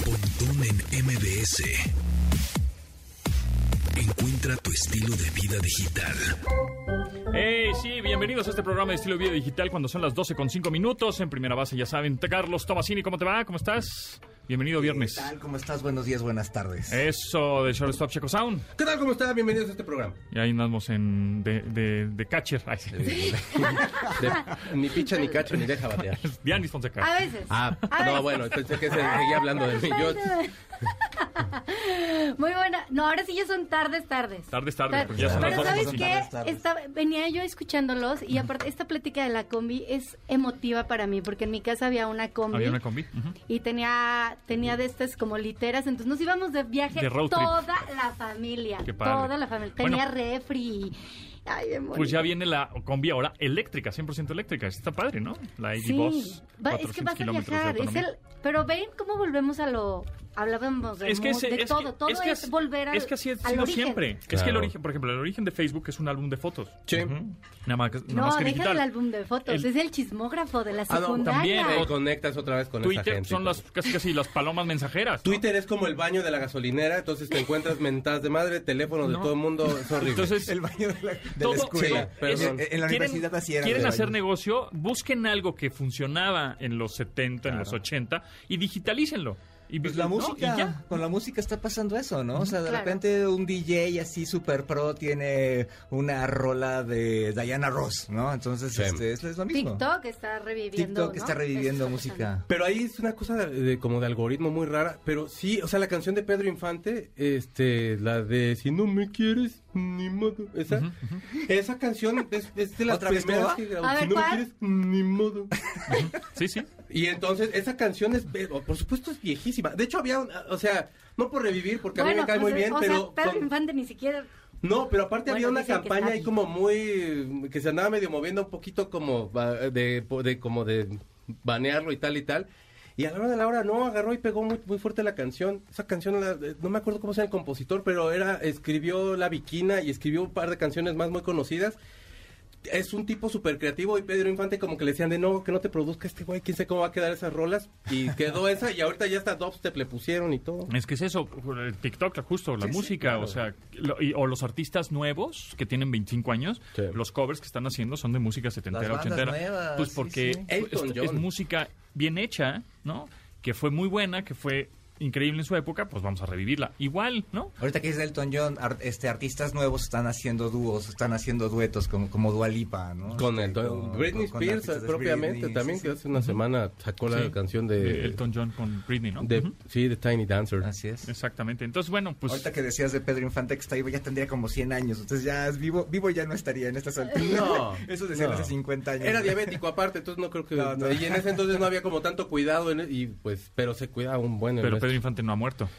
Innovación en MBS. Encuentra tu estilo de vida digital. ¡Hey! Sí, bienvenidos a este programa de estilo de vida digital cuando son las 12 con 5 minutos. En primera base, ya saben, Carlos Tomasini, ¿cómo te va? ¿Cómo estás? Bienvenido viernes. ¿Qué tal? ¿Cómo estás? Buenos días, buenas tardes. Eso de Shortstop Checo Sound. ¿Qué tal? ¿Cómo está? Bienvenidos a este programa. Y ahí andamos en de, de, de catcher. Ay, sí. De- ni picha, ni cacho, ni deja batear. Dianis A Fonseca. veces. Ah, A no, ver. bueno, pensé que se seguía hablando de mí. Yo, Muy buena. No, ahora sí ya son tardes, tardes. Tardes, tardes, Tar- porque ya son las Pero doce, ¿sabes son qué? tardes, tardes. Esta- venía yo escuchándolos y aparte esta plática de la combi es emotiva para mí porque en mi casa había una combi. Había una combi. Ujú. Y tenía, tenía de estas como literas, entonces nos íbamos de viaje De road trip. toda la familia. Qué padre. Toda la familia. Tenía Bueno. refri. Ay, bien Pues ya bonito. viene la combi ahora eléctrica, 100% eléctrica. Está padre, ¿no? La ID Boss. va- es que 400 vas a kilómetros de viajar. Es autonomía. el, pero ven cómo volvemos a lo. Hablábamos de, es que mu- ese- de es todo. que- todo es, que as- volver al. es que así ha al sido origen. siempre. Es que el Claro. origen, por ejemplo, el origen de Facebook es un álbum de fotos. Sí. Ujú. Nada más, que- nada No, más que deja digital. el álbum de fotos. El- Es el chismógrafo de la ah, no, también secundaria. te conectas otra vez con esa Twitter gente. son las casi casi las palomas mensajeras. ¿no? Twitter es como el baño de la gasolinera, entonces te encuentras mentadas de madre, teléfonos de No. todo el mundo, es horrible. Entonces, El baño de la, de la todo- escuela. todo- es- perdón. En- en la quieren- universidad así era. Quieren el hacer baño. negocio, busquen algo que funcionaba en los 70, en los 80 y digitalícenlo. Y Pues vi- la ¿no? música, Y ya. con la música está pasando eso, ¿no? O sea, de Claro. repente un DJ así super pro tiene una rola de Diana Ross, ¿no? Entonces, Sí. este, es, es lo mismo. TikTok está reviviendo. TikTok está ¿no? reviviendo Eso está música. Pero ahí es una cosa de, de- como de algoritmo muy rara, pero sí, o sea, la canción de Pedro Infante, este, la de Si no me quieres, ni modo, esa, esa canción es, es de las ¿Otra vez primeras cómo va? que grabó, A ver, Si no me ¿cuál? quieres, ni modo. Sí, sí. Y entonces, esa canción es, eh, por supuesto, es viejísima. De hecho, había, una- o sea, no por revivir, porque a mí Bueno, me cae pues, muy bien, o pero... sea, Pedro con- Infante ni siquiera. no, pero aparte Bueno, había una dicen que campaña está ahí bien. como muy que se andaba medio moviendo un poquito como va, de, de- como de banearlo y tal y tal. Y a la hora de la hora no agarró y pegó muy, muy fuerte la canción. Esa canción la- eh, no me acuerdo cómo se llama el compositor, pero era escribió La Viquina y escribió un par de canciones más muy conocidas. Es un tipo súper creativo y Pedro Infante como que le decían de no, que no te produzca este güey, quién sé cómo va a quedar esas rolas. Y quedó esa y ahorita ya hasta dubstep le pusieron y todo. Es que es eso, el TikTok, justo, la música, o sea, lo- y- o los artistas nuevos que tienen 25 años, Sí. los covers que están haciendo son de música Las setentera, bandas ochentera. nuevas, pues sí, porque sí. pues, Elton es, es John. música bien hecha, ¿no? Que fue muy buena, que fue increíble en su época, pues vamos a revivirla. Igual, ¿no? Ahorita que es Elton John, ar- este, artistas nuevos están haciendo dúos, están haciendo duetos como, como Dua Lipa, ¿no? Con Este, el con- Britney con- con Spears artistas de propiamente Britney, también sí, que hace una semana sacó la Sí. canción De de, Elton John con Britney, ¿no? de- Ujú. sí de Tiny Dancer. sí. Así es. Exactamente. Entonces, bueno, pues Ahorita que decías de Pedro Infante que está vivo, ya tendría como 100 años. Entonces ya es vivo, vivo ya no estaría en estas alturas. No, Eso decían no. hace 50 años. Era diabético aparte, entonces no creo que No, no. y en ese entonces no había como tanto cuidado en- y pues pero se cuidaba un buen Pero el Pedro resto. Infante no ha muerto.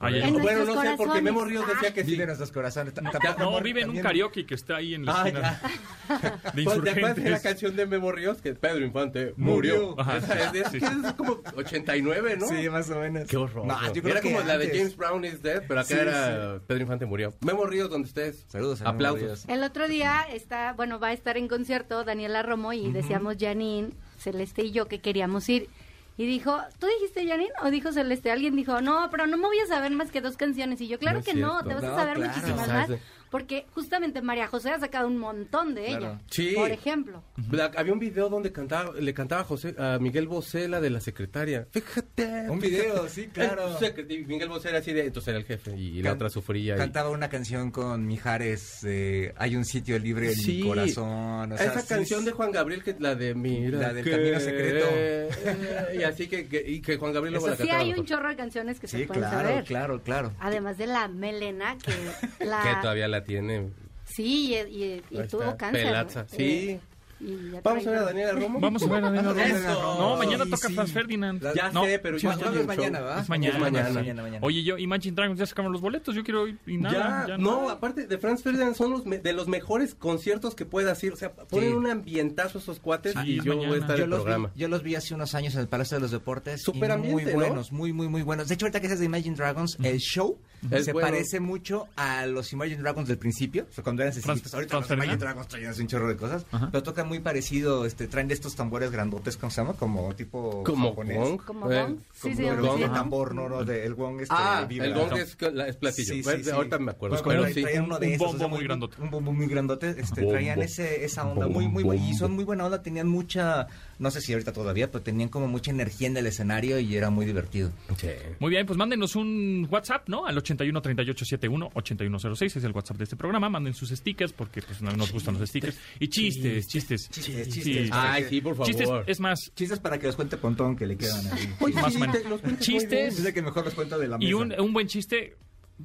Ay, ay, En no. bueno, no sé nuestros porque corazones. Memo Ríos decía que sí. Vive en nuestros corazones. T- Ya, tampoco no, amor, vive en un también- karaoke que está ahí en la Ah, esquina de Pues, ¿Te acuerdas de la insurgentes. canción de Memo Ríos que Pedro Infante Murió. murió? Ajá, Esa es, de- sí. que es como 89, ¿no? Sí, más o menos. Qué horror. No, yo creo era que como la de antes. James Brown is dead, pero acá Sí, era Pedro Infante murió. Memo Ríos donde estés. Saludos a Memo Ríos. Aplausos. El otro día está, bueno, va a estar en concierto Daniela Romo y decíamos Janine, Celeste y yo que queríamos ir. Y dijo, ¿tú dijiste Janine o dijo Celeste? Alguien dijo, no, pero no me voy a saber más que dos canciones. Y yo, claro No es que no, cierto. te vas No, a saber claro. muchísimas Exacto. más. Porque justamente María José ha sacado un montón de Claro. ella. Sí. Por ejemplo. La- había un video donde cantaba, le cantaba a José, a Miguel Bosé la de la secretaria. Fíjate. Un video, sí, claro. Entonces, y Miguel Bosé era así de, entonces era el jefe y la Can- otra sufría. y- Cantaba una canción con Mijares, eh, Hay un sitio libre en Sí. mi corazón. o sea, Esa sí, canción sí. de Juan Gabriel que la de mira La del que- camino secreto. Eh, y así que, que- y que Juan Gabriel luego Eso la sí cantaba. hay un mejor. chorro de canciones que se Sí, pueden claro, saber. claro, claro. Además de la melena que la... Que todavía la tiene. Sí, y, y- y Ahí tuvo está, cáncer. ¿no? pelaza, sí. Eh, y ya Vamos trae- a ver a Daniela Romo. Vamos a ver a Daniela Romo. Eso. No, mañana Sí, toca sí. Franz Ferdinand. La- Ya No, sé, pero Sí, igual mañana tiene es un mañana, show. ¿va? Es mañana. Es mañana. sí. Mañana, mañana. Oye, yo, Imagine Dragons ya sacaron los boletos. Yo quiero ir y nada. Ya, no, aparte de Franz Ferdinand son los me- de los mejores conciertos que puedas ir. O sea, ponen Sí. un ambientazo esos cuates Sí, y es yo voy mañana. a estar en Yo el los, vi, programa. yo los vi hace unos años en el Palacio de los Deportes. y Súper ambiente, muy ¿no? buenos, muy, muy, muy buenos. De hecho, ahorita que es de Imagine Dragons, el show Es se bueno. parece mucho a los Imagine Dragons del principio, o sea, cuando eran sencillitos. Ahorita Franz los Imagine Ferdinand. Dragons traían un chorro de cosas, Ajá. pero tocan muy parecido, este, traen de estos tambores grandotes, ¿cómo se llama? Como tipo Como japonés. gong. Como eh, gong. Sí, como sí, Pero gong. de Ajá. tambor, no, no, de- el gong este Ah, vibra. el gong es, que la- es platillo. Sí, sí, Pues, sí. Ahorita me acuerdo. Pues, pero bueno, sí. traían uno de Un esos, o bombo sea, muy grandote. Un bombo muy grandote. Este, Bombo. traían ese, esa onda muy, muy buena. Y son muy buena onda. Tenían mucha, no sé si ahorita todavía, pero tenían como mucha energía en el escenario y era muy divertido. Sí. Muy bien, pues mándenos un WhatsApp, ¿no? Al 81 38 71 8106 es el WhatsApp de este programa. Manden sus stickers porque pues no nos gustan los stickers y chistes, chistes. Chistes, Sí. chistes. Ay, sí, Ah, por favor. Chistes, es más, Chistes para que los cuente Pontón, que le quedan ahí. más o menos. Chistes. Chistes Dice que mejor los cuento de la mesa. y un, un buen chiste.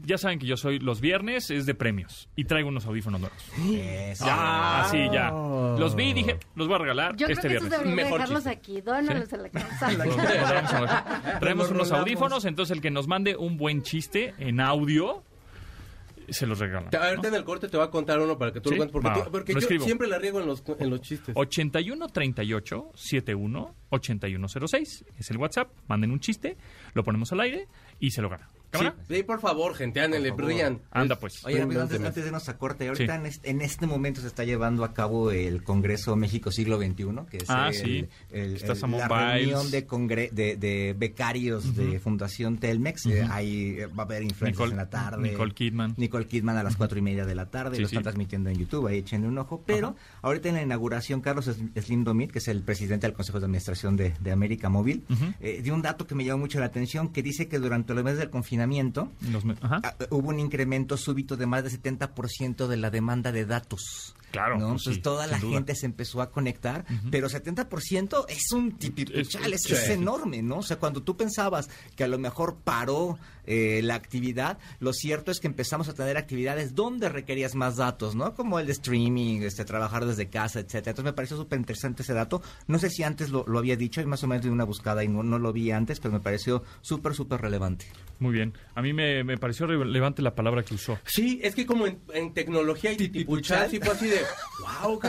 Ya saben que yo soy los viernes es de premios y traigo unos audífonos nuevos. Eso. Ya, Ah. así ya. Los vi y dije, los voy a regalar Yo creo este que viernes. estos deberíamos Mejor dejarlos chiste. aquí. Dónalos a la casa. Los regalamos a ver. Traemos Los unos rolamos. audífonos, entonces el que nos mande un buen chiste en audio eh, se los regala. Te- Ahorita en el corte te voy a contar uno para que tú Sí, lo cuentes. Porque, va, tú- porque lo yo escribo. siempre la riego en los, en los chistes. 81 38 71 8106 es el WhatsApp. Manden un chiste, lo ponemos al aire y se lo gana. Sí, ¿Cámara? sí, por favor, gente, ándale, Por favor. brillan. Anda pues. Oye, rápido, antes, Perdóname. antes de irnos a corte, ahorita Sí. en, este, en este momento se está llevando a cabo el Congreso México Siglo XXI, que es Ah, el- sí. el- Está el- Simone la Biles. reunión de, congre- de, de becarios de Fundación Telmex. Eh, ahí eh, va a haber influencias Nicole- en la tarde. Nicole Kidman. Nicole Kidman a las cuatro y media de la tarde. Sí, lo sí. están transmitiendo en YouTube, ahí échenle un ojo. Pero ahorita en la inauguración, Carlos Slim- Slim Domit, que es el presidente del Consejo de Administración de, de América Móvil, Ujú. eh, dio un dato que me llamó mucho la atención, que dice que durante los meses del confinamiento... Nos me- ajá. Ah, hubo un incremento súbito de más de 70% de la demanda de datos. Claro, ¿no? pues Entonces sí, toda sin la duda. gente se empezó a conectar, pero 70% es un tipipichal, es, es sí. enorme, ¿no? O sea, cuando tú pensabas que a lo mejor paró eh, la actividad, lo cierto es que empezamos a tener actividades donde requerías más datos, ¿no? Como el streaming, este, trabajar desde casa, etcétera. Entonces me pareció súper interesante ese dato. No sé si antes lo, lo había dicho, y más o menos de una buscada y no, no lo vi antes, pero me pareció súper, súper relevante. Muy bien. A mí me, me pareció relevante la palabra que usó. Sí, es que como en, en tecnología y tipuchal, Titipuchal. sí fue así de, wow,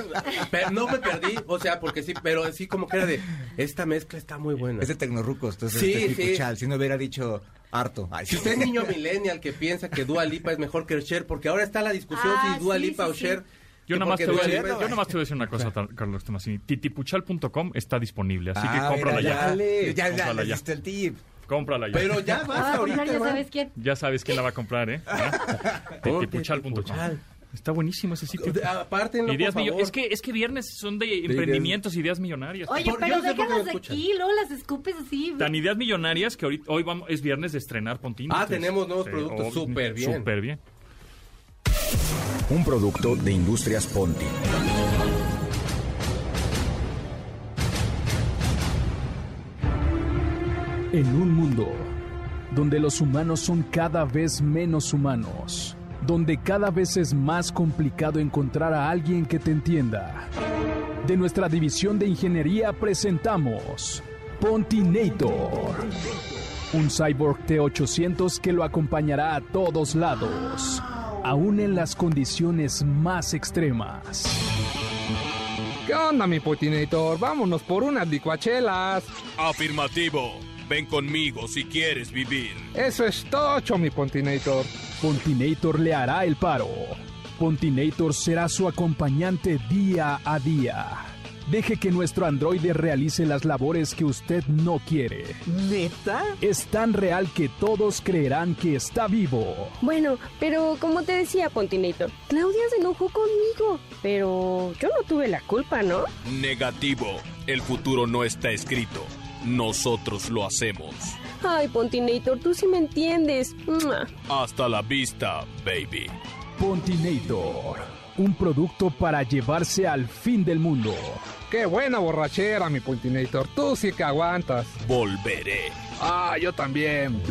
pero no me perdí, o sea, porque sí, pero sí como que era de, esta mezcla está muy buena. Es de Tecnorrucos, entonces Sí, este, sí. Ficuchal, si no hubiera dicho harto. Ay, Si usted es niño millennial que piensa que Dua Lipa es mejor que Cher, porque ahora está la discusión Ah, si Dua sí, Lipa sí, o sí. Cher. Yo que nada, más te porque voy a Dua decir, Litar- yo nada más te voy a decir una cosa, tar- Carlos Tomasini. Titipuchal.com está disponible, así Ah, que cómprala mira, ya. Ya, ya, ya, Cómprala le ya. diste el tip. Cómprala ya. Pero ya Ah, vas comprar, ahorita. ya va. sabes quién. Ya sabes quién la va a comprar, ¿eh? ¿Ya? Titipuchal.com. Titipuchal. Está buenísimo ese pues sitio. Apártenlo, Ideas por millo- favor. Es que, es que viernes son de emprendimientos, ideas millonarias. Oye, Por- yo pero sé por qué me déjalas escuchan. aquí, luego las escupes así. Tan ideas millonarias que ahorita, hoy vamos, es viernes de estrenar Pontín. Ah, tenemos nuevos productos, súper bien. Súper bien. Un producto de Industrias Ponti. En un mundo donde los humanos son cada vez menos humanos, donde cada vez es más complicado encontrar a alguien que te entienda. De nuestra división de ingeniería presentamos Pontinator, un cyborg T800 que lo acompañará a todos lados, aún en las condiciones más extremas. ¿Qué onda, mi potinator? Vámonos por unas licuachelas. Afirmativo. Ven conmigo si quieres vivir. Eso es tocho, mi potinator. Pontinator le hará el paro. Pontinator será su acompañante día a día. Deje que nuestro androide realice las labores que usted no quiere. ¿Neta? Es tan real que todos creerán que está vivo. Bueno, pero como te decía, Pontinator, Claudia se enojó conmigo, pero yo no tuve la culpa, ¿no? Negativo. El futuro no está escrito. Nosotros lo hacemos. Ay, Pontinator, tú sí me entiendes. ¡Mua! Hasta la vista, baby. Pontinator, un producto para llevarse al fin del mundo. Qué buena borrachera, mi potinator. Tú sí que aguantas. Volveré. Ah, yo también.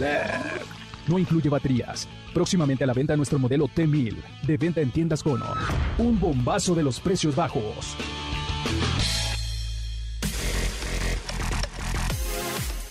No incluye baterías. Próximamente a la venta nuestro modelo T1000, de venta en tiendas Conor. Un bombazo de los precios bajos.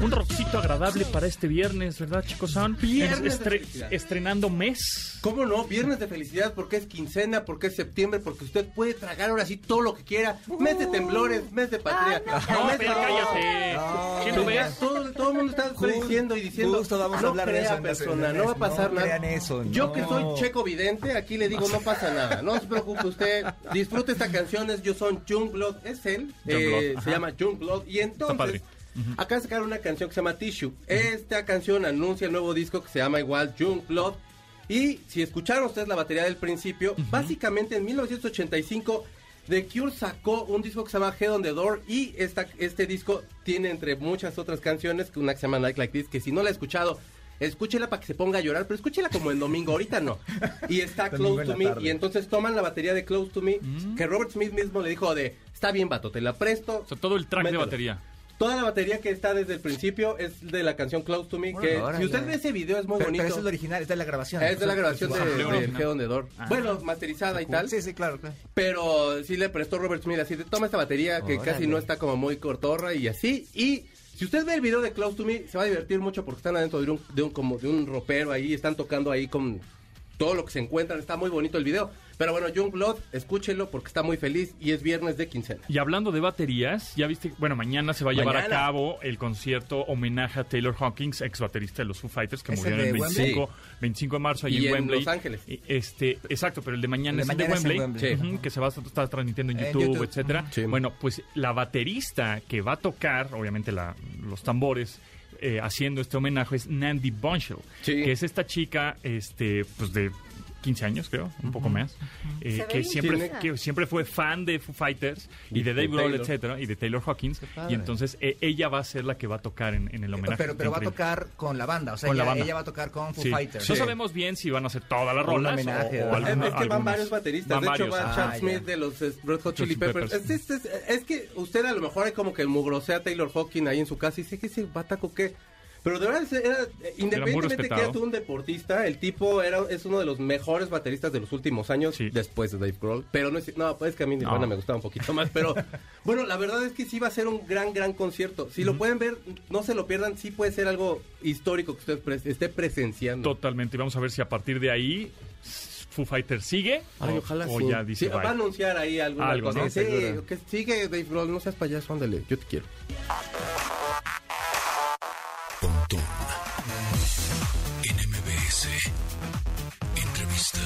Un rockcito agradable para este viernes, ¿verdad, chicos? Son Viernes de estre- felicidad. estrenando mes. ¿Cómo no? Viernes de felicidad porque es quincena, porque es septiembre, porque usted puede tragar ahora sí todo lo que quiera. Mes de temblores, mes Ah, de patria. Ay, No, mes pero de- cállate. no, ¿Quién lo no, ve? no. Todo, todo el mundo está diciendo y diciendo. "Ah, justo vamos a "No hablar de crea, eso en la persona, semana". no va a pasar No nada. crean eso, Yo que no. soy checo vidente, aquí le digo no pasa nada. No se preocupe usted, disfrute esta canción. Es yo son Jungblood, es él, Jungblood, eh, ajá. se llama Jungblood y padre. entonces. Acá sacaron una canción que se llama Tissue. Esta canción anuncia el nuevo disco que se llama igual Jungblood. Y si escucharon ustedes la batería del principio, básicamente en 1985 The Cure sacó un disco que se llama Head on the Door y esta, este disco tiene entre muchas otras canciones que una que se llama Night Like This que si no la ha escuchado, escúchela para que se ponga a llorar, pero escúchela como el domingo, ahorita no. Y está Domingo Close en to la Me tarde. Mm. y entonces toman la batería de Close to Me que Robert Smith mismo le dijo de, está bien vato, te la presto. O sea, todo el track de mételo". batería. Toda la batería que está desde el principio es de la canción Close to Me. que Órale. si usted ve ese video es muy Pero, bonito. pero eso es el original, es de la grabación. Es de la grabación de, Wow. de Head on the Door. Bueno, masterizada y tal. Ah. Sí, sí, claro, claro. Pero sí le prestó Robert Smith así de toma esta batería que Órale. casi no está como muy cortorra y así. Y si usted ve el video de Close to Me, se va a divertir mucho porque están adentro de un, de un, como de un ropero ahí, están tocando ahí con todo lo que se encuentran. Está muy bonito el video. Pero bueno, John Blood, escúchelo porque está muy feliz y es viernes de quincena. Y hablando de baterías, ya viste, bueno, mañana se va a llevar Mañana. a cabo el concierto homenaje a Taylor Hawkins, ex baterista de los Foo Fighters, que ¿Es el murieron de el Wembley? 25, 25 de marzo ahí Y en, en Wembley. Los Ángeles. Y, Este, exacto, pero el de mañana El de es el de mañana es en Wembley, Wembley. ujú, que se va a estar transmitiendo en En YouTube, YouTube. etcétera. Sí. Bueno, pues la baterista que va a tocar, obviamente la- los tambores, eh, haciendo este homenaje es Nandi Bunchell, Sí. que es esta chica, este, pues de 15 años creo, un poco más, eh, Se ve que bien siempre, chiquita. que que siempre fue fan de Foo Fighters y, Y de de Dave Grohl, Taylor. etcétera, y de Taylor Hawkins. Y entonces eh, ella va a ser la que va a tocar en, en el homenaje. Pero, pero va a Increíble. tocar con la banda, o sea, Con la ella, banda. ella va a tocar con Foo Sí. Fighters. No Sí. sabemos bien si van a hacer todas las rolas. homenaje, o, o ¿verdad? Es, alguna- es que van algunas. varios bateristas. Van de hecho, varios, va ajá. Chad Ah, Smith ya. de los es, Red Hot Chili Chili Peppers. Peppers. Es, es- es- es que usted a lo mejor hay como que mugrosea a Taylor Hawking ahí en su casa y dice que ese bataco que. Pero de verdad, ese era, eh, independientemente que respetado. era tú un deportista, el tipo era, es uno de los mejores bateristas de los últimos años, Sí. después de Dave Grohl. Pero no es, no, pues es que a mí Nirvana No. me gustaba un poquito más. Pero bueno, la verdad es que sí va a ser un gran, gran concierto. Si lo pueden ver, no se lo pierdan, sí puede ser algo histórico que usted pre- esté presenciando. Totalmente. Y vamos a ver si a partir de ahí Foo Fighters sigue Ay, o, ojalá o sí. ya dice Sí, va bye. a anunciar ahí alguna Algo, cosa. ¿no? Sí, Seguro. que sigue Dave Grohl, no seas payaso, ándale, yo te quiero. Pontón. En MBS. Entrevista.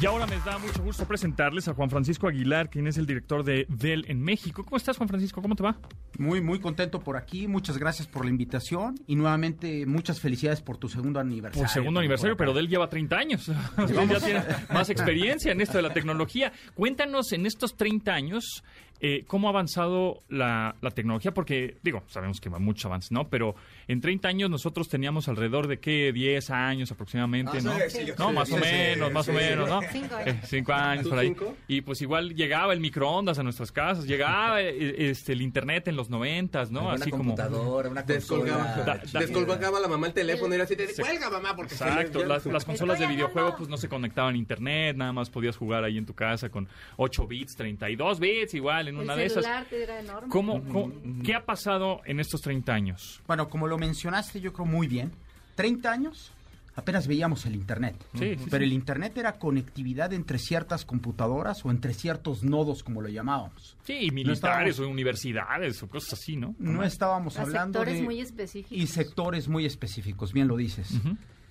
Y ahora me da mucho gusto presentarles a Juan Francisco Aguilar, quien es el director de Dell en México. ¿Cómo estás, Juan Francisco? ¿Cómo te va? Muy, muy contento por aquí. Muchas gracias por la invitación. Y nuevamente, muchas felicidades por tu segundo aniversario. Por Pues segundo aniversario, pero Dell lleva 30 años. Usted ya tiene más experiencia en esto de la tecnología. Cuéntanos en estos 30 años eh, cómo ha avanzado la, la tecnología, porque, digo, sabemos que va mucho avance, ¿no? Pero en 30 años nosotros teníamos alrededor de, ¿qué? 10 años aproximadamente, Ah, ¿no? sí, sí, no, sí, más o sí, menos, sí, más o sí, menos, ¿no? Cinco Eh, cinco años ¿Tú por ahí. cinco? Y pues igual llegaba el microondas a nuestras casas, llegaba eh, este, el internet en los 90, ¿no? Una Así como... computadora, una Descolgaba, Da- consola. da- descolgaba la mamá el teléfono y era así de, cuelga mamá, porque se Exacto, le- las, las consolas de Estoy llamando. videojuegos pues no se conectaban a internet, nada más podías jugar ahí en tu casa con 8 bits, 32 bits, igual en El una de esas. celular era enorme. ¿Cómo, cómo- qué ha pasado en estos 30 años? Bueno, como lo mencionaste, yo creo muy bien. 30 años, apenas veíamos el Internet. Sí, sí, pero el Internet era conectividad entre ciertas computadoras o entre ciertos nodos, como lo llamábamos. Sí, y No militares estábamos- o universidades o cosas así, ¿no? No estábamos A hablando sectores de... muy específicos. Y sectores muy específicos, bien lo dices.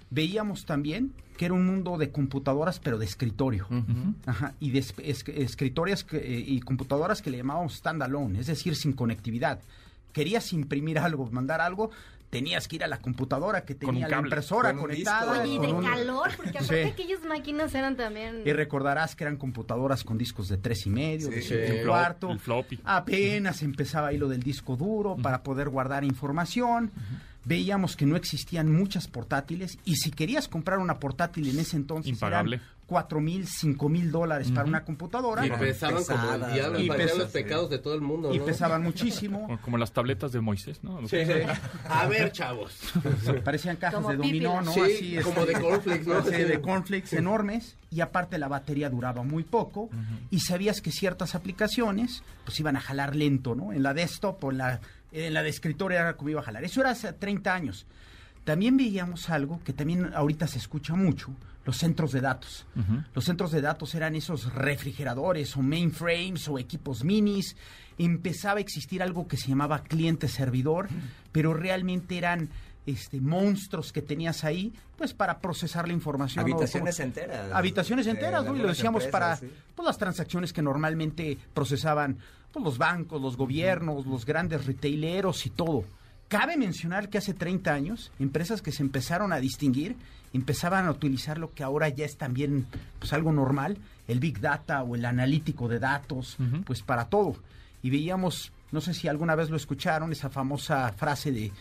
Veíamos también que era un mundo de computadoras, pero de escritorio. Ajá, y de es- es- escritorias que- eh, y computadoras que le llamábamos standalone, es decir, sin conectividad. Querías imprimir algo, mandar algo, tenías que ir a la computadora que Con un tenía la cable. impresora Con un conectada. disco. Oye, y con de un- calor, porque aparte Sí. aquellas máquinas eran también... y recordarás que eran computadoras con discos de tres y medio, de Sí. cinco y El flop- cuarto. el floppy. Apenas empezaba ahí lo del disco duro para poder guardar información. Veíamos que no existían muchas portátiles y si querías comprar una portátil en ese entonces Impagable. eran cuatro mil, cinco mil dólares para una computadora Y y, pesaban como el Pesadas, diablo, y y parecían pesas, los pecados de todo el mundo, ¿no? pesaban muchísimo. O Como las tabletas de Moisés, ¿no? Sí, sí. A ver, chavos. Parecían cajas Como de dominó, pípilas. ¿no? Sí, Así, como este, de cornflakes, ¿no? así de cornflakes enormes y aparte la batería duraba muy poco y sabías que ciertas aplicaciones pues iban a jalar lento, ¿no? En la desktop o en la En la de escritorio era como iba a jalar. Eso era hace 30 años. También veíamos algo que también ahorita se escucha mucho, los centros de datos. Ujú. Los centros de datos eran esos refrigeradores o mainframes o equipos minis. Empezaba a existir algo que se llamaba cliente servidor, pero realmente eran este monstruos que tenías ahí, pues para procesar la información. ¿no? Habitaciones Como- enteras. Habitaciones De enteras, ¿no? Y lo algunas decíamos para empresas, sí. pues, las transacciones que normalmente procesaban pues, los bancos, los gobiernos, los grandes retaileros y todo. Cabe mencionar que hace 30 años, empresas que se empezaron a distinguir empezaban a utilizar lo que ahora ya es también pues, algo normal, el Big Data o el analítico de datos, Ujú. pues para todo. Y veíamos, no sé si alguna vez lo escucharon, esa famosa frase de,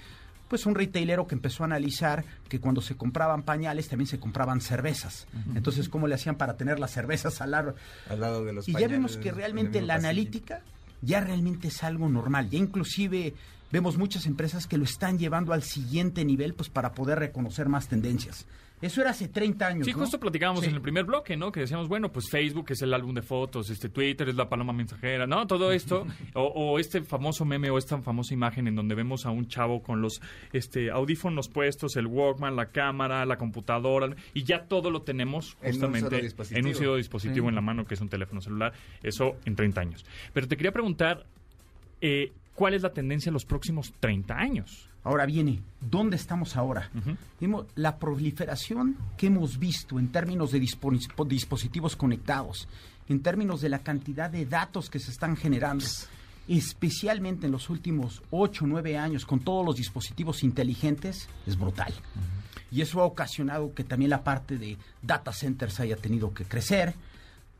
pues un retailero que empezó a analizar que cuando se compraban pañales también se compraban cervezas. Entonces, ¿cómo le hacían para tener las cervezas al lado? Al lado de los Y ya pañales, vemos que en el realmente mismo la pasillo. analítica ya realmente es algo normal. Ya inclusive vemos muchas empresas que lo están llevando al siguiente nivel pues para poder reconocer más tendencias. Eso era hace 30 años. Sí, ¿no? justo platicábamos Sí. en el primer bloque, ¿no? Que decíamos, bueno, pues Facebook es el álbum de fotos, este Twitter es la paloma mensajera, ¿no? Todo esto, o, o este famoso meme o esta famosa imagen en donde vemos a un chavo con los este, audífonos puestos, el Walkman, la cámara, la computadora, y ya todo lo tenemos En un solo justamente dispositivo. un solo dispositivo Sí. en la mano, que es un teléfono celular, eso en 30 años. Pero te quería preguntar, eh, ¿cuál es la tendencia en los próximos 30 años? Ahora viene, ¿dónde estamos ahora? Ujú. Vimos la proliferación que hemos visto en términos de dispo- dispositivos conectados, en términos de la cantidad de datos que se están generando, especialmente en los últimos 8 o 9 años con todos los dispositivos inteligentes, es brutal. Y eso ha ocasionado que también la parte de data centers haya tenido que crecer,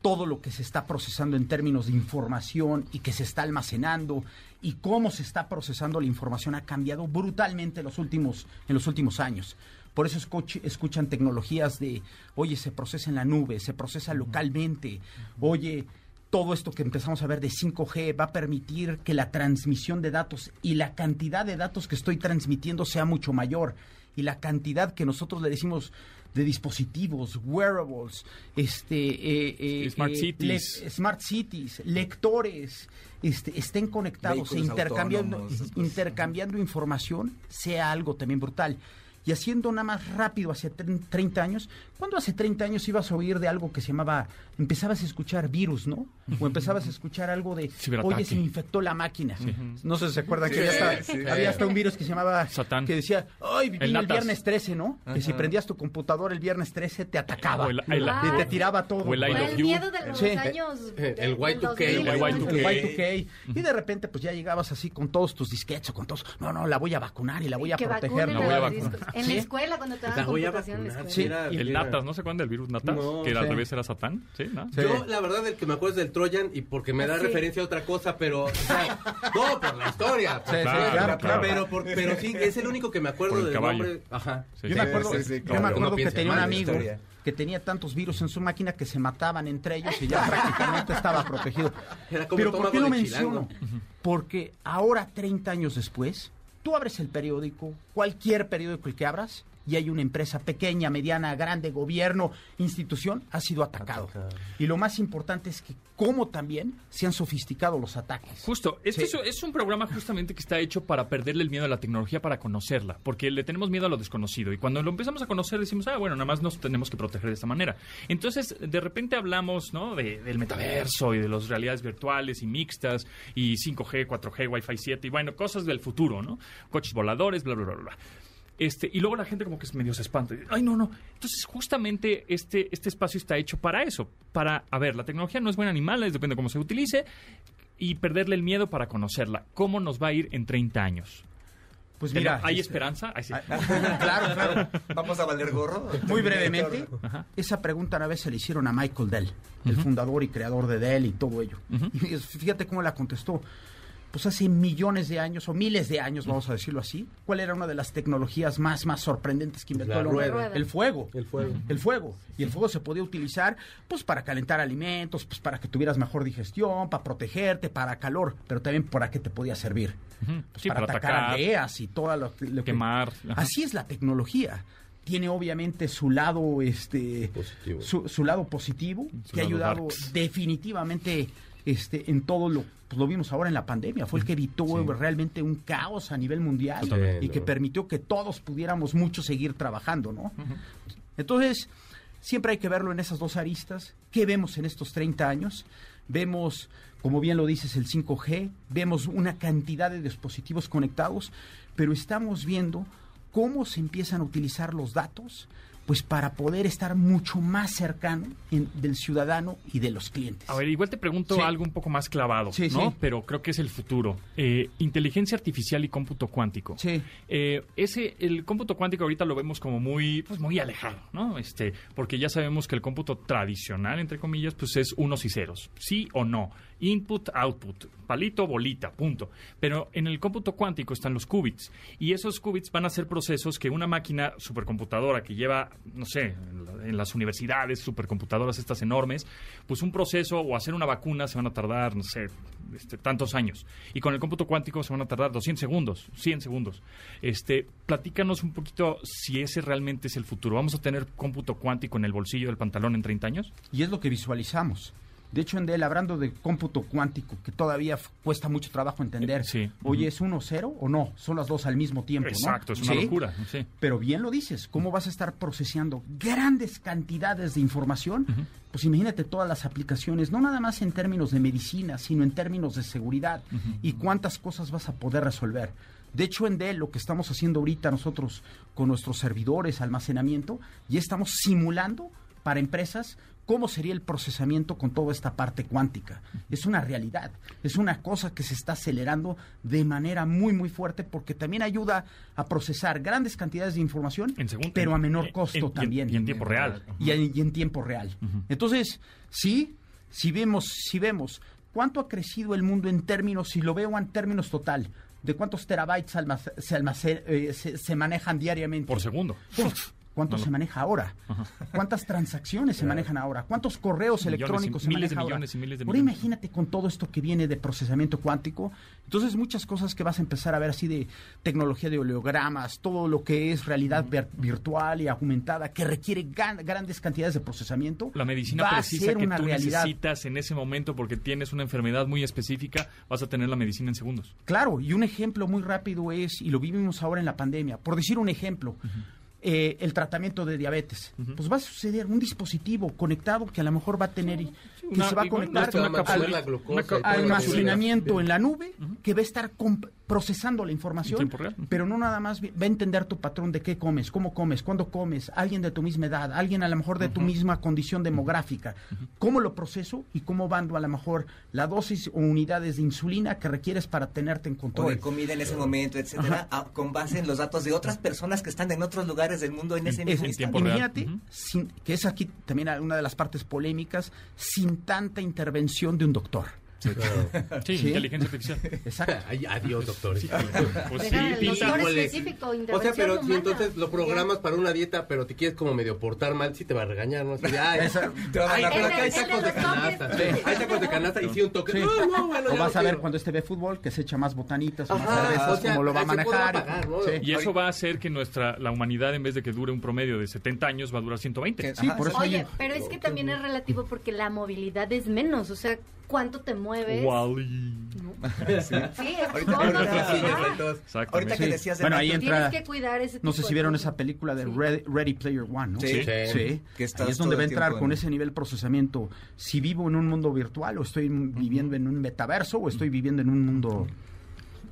todo lo que se está procesando en términos de información y que se está almacenando y cómo se está procesando la información ha cambiado brutalmente en los últimos, en los últimos años. Por eso escuch- escuchan tecnologías de, oye, se procesa en la nube, se procesa localmente, oye, todo esto que empezamos a ver de 5G va a permitir que la transmisión de datos y la cantidad de datos que estoy transmitiendo sea mucho mayor. Y la cantidad que nosotros le decimos de dispositivos, wearables, este, eh, eh, Smart eh, cities. le- smart cities, lectores, este, estén conectados e Vehículos intercambiando, autónomos, esas cosas. intercambiando información, sea algo también brutal. Y haciendo nada más rápido hacia tre- 30 años, cuando hace 30 años ibas a oír de algo que se llamaba, empezabas a escuchar virus, ¿no? O empezabas a escuchar algo de, Ciberataque. oye, se me infectó la máquina. No sé si se acuerdan que había hasta, sí. había hasta un virus que se llamaba, Satán. que decía, ay, vine el latas. viernes 13, ¿no? Que si prendías tu computador el viernes 13 te atacaba. O el- el- y te tiraba todo. o el I Fue love el you. miedo de los Sí. años. Eh, del El Y2K, 2000, el ¿no? Y2K. El Y2K. Y de repente, pues ya llegabas así con todos tus disquets o con todos. No, no, la voy a vacunar y la voy a que proteger. vacunen La voy a los vacunar. discos. En la Sí. escuela, cuando te La daban voy a computación en la vacunar, escuela. sí, era- El era- Natas, ¿no se acuerdan del virus Natas? No, que al sí. revés era Satán, ¿sí? ¿No? Sí. Yo, la verdad, el que me acuerdo es del Trojan y porque me da Sí. referencia a otra cosa, pero. o sea, no, por la historia. Sí, sí, Claro, claro, claro. Pero, por- pero sí, es el único que me acuerdo Por el del caballo. nombre. Ajá. Sí, Yo Pues sí. me acuerdo, sí, sí, yo me claro. acuerdo No que piense tenía un mal de amigo historia. que tenía tantos virus en su máquina que se mataban entre ellos y ya prácticamente estaba protegido. Era como Pero estómago ¿por qué lo de menciono? Porque ahora, 30 años después, tú abres el periódico, cualquier periódico el que abras, y hay una empresa pequeña, mediana, grande, gobierno, institución, ha sido atacado. Y lo más importante es que cómo también se han sofisticado los ataques. Justo, este Sí. es, es un programa justamente que está hecho para perderle el miedo a la tecnología, para conocerla, porque le tenemos miedo a lo desconocido y cuando lo empezamos a conocer decimos, ah, bueno, nada más nos tenemos que proteger de esta manera. Entonces, de repente hablamos, ¿no? de- del metaverso y de las realidades virtuales y mixtas y 5G, 4G, Wi-Fi 7 y bueno, cosas del futuro, ¿no? Coches voladores, bla, bla, bla, bla. Este, y luego la gente como que es medio se espanta. y dice, Ay, no, no. Entonces, justamente este, este espacio está hecho para eso. Para, a ver, la tecnología no es buena ni mala, es- depende de cómo se utilice. Y perderle el miedo para conocerla. ¿Cómo nos va a ir en 30 años? Pues mira, ah, ¿Hay esperanza? Ay, sí. claro, claro. ¿Vamos a valer gorro? Muy brevemente, esa pregunta una vez se le hicieron a Michael Dell, el fundador y creador de Dell y todo ello. Y es- fíjate cómo la contestó. Pues hace millones de años, o miles de años, vamos a decirlo así, ¿cuál era una de las tecnologías más, más sorprendentes que inventó La el hombre? rueda. El fuego. El fuego. El fuego. Y el fuego se podía utilizar, pues, para calentar alimentos, pues, para que tuvieras mejor digestión, para protegerte, para calor, pero también para qué te podía servir. Ujú. Pues, Sí, para, para atacar, atacar. aldeas y todo lo, que- lo que- Quemar, ajá. Así es la tecnología. Tiene obviamente su lado este Positivo. su, su lado positivo Su que ha lado ayudado darks. definitivamente este en todo lo pues lo vimos ahora en la pandemia, fue el que evitó realmente un caos a nivel mundial Sí, y ¿no? que permitió que todos pudiéramos mucho seguir trabajando, ¿no? Entonces, siempre hay que verlo en esas dos aristas. ¿Qué vemos en estos 30 años? Vemos, como bien lo dices, el 5G, vemos una cantidad de dispositivos conectados, pero estamos viendo cómo se empiezan a utilizar los datos pues para poder estar mucho más cercano en- del ciudadano y de los clientes. A ver, igual te pregunto Sí. algo un poco más clavado, Sí, ¿no? sí. Pero creo que es el futuro. Eh, inteligencia artificial y cómputo cuántico. Sí. Eh, ese, el cómputo cuántico ahorita lo vemos como muy, pues muy alejado, ¿no? Este, porque ya sabemos que el cómputo tradicional, entre comillas, pues es unos y ceros, sí o no, input, output, palito, bolita, punto. Pero en el cómputo cuántico están los qubits y esos qubits van a ser procesos que una máquina supercomputadora que lleva, no sé, en la- en las universidades, supercomputadoras estas enormes, pues un proceso o hacer una vacuna se van a tardar, no sé, este, tantos años. Y con el cómputo cuántico se van a tardar 200 segundos, 100 segundos. Este, platícanos un poquito si ese realmente es el futuro. ¿Vamos a tener cómputo cuántico en el bolsillo del pantalón en 30 años? y es lo que visualizamos. De hecho, en Dell, hablando de cómputo cuántico, que todavía f- cuesta mucho trabajo entender, Eh, sí. oye, ¿es uno cero o no? Son las dos al mismo tiempo, ¿no? Exacto, es una Sí. locura. sí. Pero bien lo dices, ¿cómo vas a estar procesando grandes cantidades de información? Pues imagínate todas las aplicaciones, no nada más en términos de medicina, sino en términos de seguridad y cuántas cosas vas a poder resolver. De hecho, en Dell lo que estamos haciendo ahorita nosotros con nuestros servidores, almacenamiento, ya estamos simulando para empresas cómo sería el procesamiento con toda esta parte cuántica. Es una realidad, es una cosa que se está acelerando de manera muy, muy fuerte porque también ayuda a procesar grandes cantidades de información, En segundo- pero a menor en- costo en- y en- también. y en tiempo real. Y en, y en tiempo real. Entonces, sí, si vemos, si vemos cuánto ha crecido el mundo en términos, si lo veo en términos total, de cuántos terabytes almace- se, almace- eh, se- se manejan diariamente. Por segundo. Uf, ¿Cuánto se maneja ahora? ¿Cuántas transacciones se manejan ahora? ¿Cuántos correos Millones y- electrónicos se miles de manejan ahora? millones y miles de Ahora millones. imagínate con todo esto que viene de procesamiento cuántico. Entonces muchas cosas que vas a empezar a ver así de tecnología de oleogramas, todo lo que es realidad ver- virtual y aumentada que requiere gan- grandes cantidades de procesamiento. La medicina va a precisa ser que una tú realidad. necesitas en ese momento porque tienes una enfermedad muy específica, vas a tener la medicina en segundos. Claro, y un ejemplo muy rápido es, y lo vivimos ahora en la pandemia, por decir un ejemplo, eh, el tratamiento de diabetes. Pues va a suceder un dispositivo conectado que a lo mejor va a tener, y- que Una- se va a igual, Pues conectar hasta una al- capsulita. la glucosa y todo lo que al viene. almacenamiento en la nube que va a estar comp- procesando la En información, tiempo real. pero no nada más vi- va a entender tu patrón de qué comes, cómo comes, cuándo comes, alguien de tu misma edad, alguien a lo mejor de tu misma condición demográfica, cómo lo proceso y cómo bando a lo mejor la dosis o unidades de insulina que requieres para tenerte en o de control. comida en ese momento, etcétera, a- con base en los datos de otras personas que están en otros lugares del mundo en ese Es- mismo en instante. tiempo real. imagínate, Ujú. sin- que es aquí también una de las partes polémicas, sin tanta intervención de un doctor. Sí, Sí. inteligencia artificial. Exacto. Ay, adiós, doctor. Pues sí, Déjale, pinta- doctor híjole. específico, O sea, intervención pero si humana. entonces lo programas para una dieta, pero te quieres como medio portar mal, si te va a regañar, ¿no? Así de, ay, Te va a mandar por ay, pero el- acá acá hay el de tacos de los canasta. toques. Hay tacos de canasta y sí un toque. Sí. No, no, bueno, o ya vas no a ver quiero. cuando este ve fútbol que se echa más botanitas o más Ajá, cervezas, o sea, cómo lo va a se podrá manejar. pagar, ¿no? Sí. Y eso va a hacer que nuestra la humanidad en vez de que dure un promedio de 70 años va a durar 120. Sí, por eso Pues, Oye, hay- pero es que también es relativo porque la movilidad es menos, o sea, cuánto te mueves. Wally. Sí, es Ahorita, todo, ahorita, ajá. sí, entonces, Exactamente. ahorita que Sí. decías de Bueno, datos, ahí Tienes entra- que cuidar ese No tipo sé si de vieron cosas. esa película de Sí. Ready, Ready Player One, ¿no? Sí. Sí. Sí. Que estás Ahí es todo donde el va a entrar tiempo en- con ese nivel de procesamiento. Si vivo en un mundo virtual o estoy viviendo en un metaverso o estoy viviendo en un mundo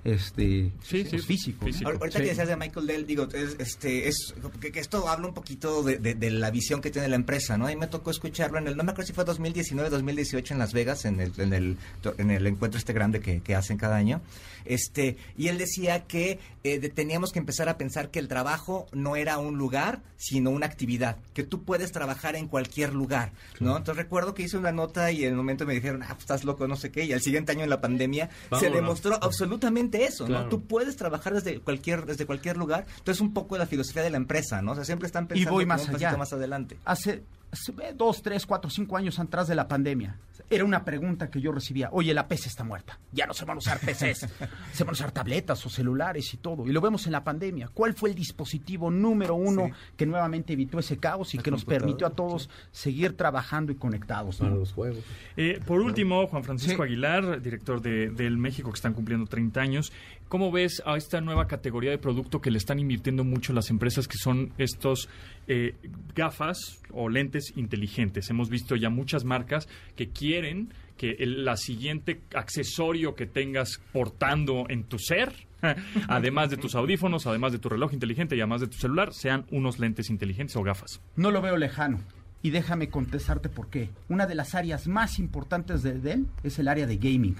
este Sí, pues, sí, físico. ¿no? físico. Ahor- Ahorita Sí. que decías de Michael Dell, digo, es- este, es, que, que esto habla un poquito de, de- de la visión que tiene la empresa, ¿no? Y me tocó escucharlo en el, no me acuerdo si fue 2019, 2018 en Las Vegas, en el, en el, to- en el encuentro este grande que, que hacen cada año. Este, y él decía que eh, de- teníamos que empezar a pensar que el trabajo no era un lugar, sino una actividad, que tú puedes trabajar en cualquier lugar, ¿no? Entonces recuerdo que hice una nota y en el momento me dijeron, ah, pues, estás loco, no sé qué, y al siguiente año en la pandemia se Vámonos. demostró absolutamente eso, Claro. ¿no? Tú puedes trabajar desde cualquier desde cualquier lugar. Entonces, un poco la filosofía de la empresa, ¿no? O sea, siempre están Y pensando voy como más un pasito allá. más adelante. Hace, hace dos, tres, cuatro, cinco años atrás de la pandemia, Era una pregunta que yo recibía. Oye, la PC está muerta. Ya no se van a usar PCs. se van a usar tabletas o celulares y todo. Y lo vemos en la pandemia. ¿Cuál fue el dispositivo número uno Sí. que nuevamente evitó ese caos y La que nos computadora, permitió a todos seguir trabajando y conectados? ¿no? Para los juegos. Eh, por último, Juan Francisco Sí. Aguilar, director de, del México, que están cumpliendo 30 años, ¿cómo ves a esta nueva categoría de producto que le están invirtiendo mucho las empresas, que son estos eh, gafas o lentes inteligentes? Hemos visto ya muchas marcas que quieren que el la siguiente accesorio que tengas portando en tu ser, además de tus audífonos, además de tu reloj inteligente y además de tu celular, sean unos lentes inteligentes o gafas. No lo veo lejano. Y déjame contestarte por qué. Una de las áreas más importantes de Dell es el área de gaming.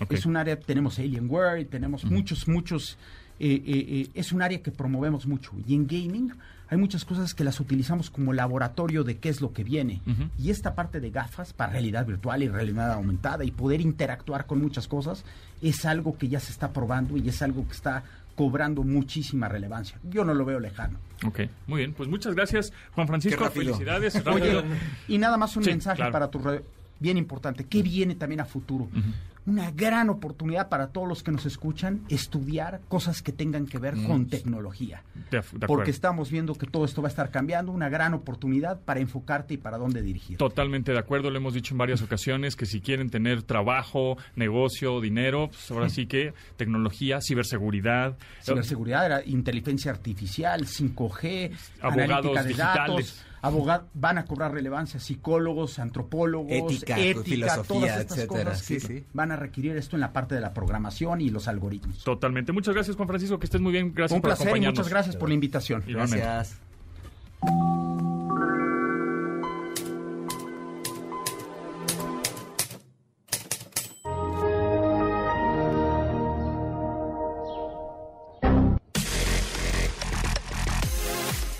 ok. Es un área, tenemos Alienware, y tenemos muchos, muchos... eh, eh, eh, es un área que promovemos mucho. Y en gaming hay muchas cosas que las utilizamos como laboratorio de qué es lo que viene. Ujú. Y esta parte de gafas para realidad virtual y realidad aumentada y poder interactuar con muchas cosas es algo que ya se está probando y es algo que está cobrando muchísima relevancia. Yo no lo veo lejano. Ok, muy bien. Pues muchas gracias, Juan Qué Francisco. rápido. Felicidades. Oye, Rápido. y nada más un Sí, mensaje claro. para tu radio. Bien importante, ¿qué viene también a futuro? mm, Una gran oportunidad para todos los que nos escuchan estudiar cosas que tengan que ver con tecnología. De af- Mm. de Porque acuerdo. estamos viendo que todo esto va a estar cambiando, una gran oportunidad para enfocarte y para dónde dirigir. Totalmente de acuerdo, lo hemos dicho en varias ocasiones, que si quieren tener trabajo, negocio, dinero, pues ahora sí que tecnología, ciberseguridad, Ciberseguridad, era inteligencia artificial, 5G, Abogados analítica de digitales. datos, abogados van a cobrar relevancia, psicólogos, antropólogos, Ética, filosofía, todas estas etcétera. cosas que Sí, sí. van a requerir esto en la parte de la programación y los algoritmos. totalmente. Muchas gracias, Juan Francisco, que estés muy bien. Gracias Un por placer y acompañarnos. muchas gracias por la invitación. Igualmente. Gracias.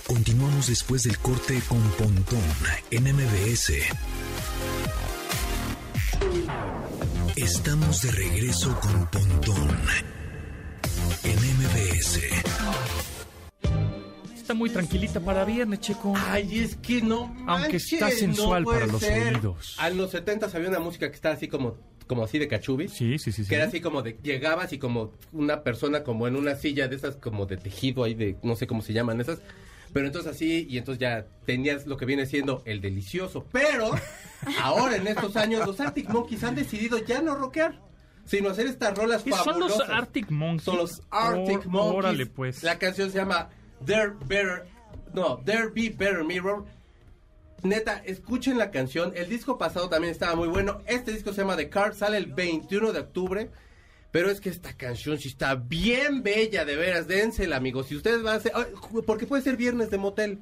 Continuamos después del corte con Pontón en MBS. Estamos de regreso con Pontón en MBS. Está muy tranquilita para viernes, Checo. Ay, es que no. Aunque manches, está sensual puede para los ser. oídos. A los 70 había una música que estaba así como, como así de cachubis. Sí, sí, sí. sí. Que era así como de, llegabas y como una persona como en una silla de esas como de tejido ahí de, no sé cómo se llaman esas, pero entonces así y entonces ya tenías lo que viene siendo el delicioso, pero ahora en estos años los Arctic Monkeys han decidido ya no rockear, sino hacer estas rolas ¿Qué son los fabulosas. Arctic Monkeys? Son los Arctic Or- Monkeys. Órale, pues. La canción se llama There Better, no, There Be Better Mirror. Neta, escuchen la canción. El disco pasado también estaba muy bueno. Este disco se llama The Card, sale el 21 de octubre. Pero es que esta canción sí está bien bella, de veras. Dénsela, amigos. Si ustedes van a hacer. ay, ju- Porque puede ser viernes de motel.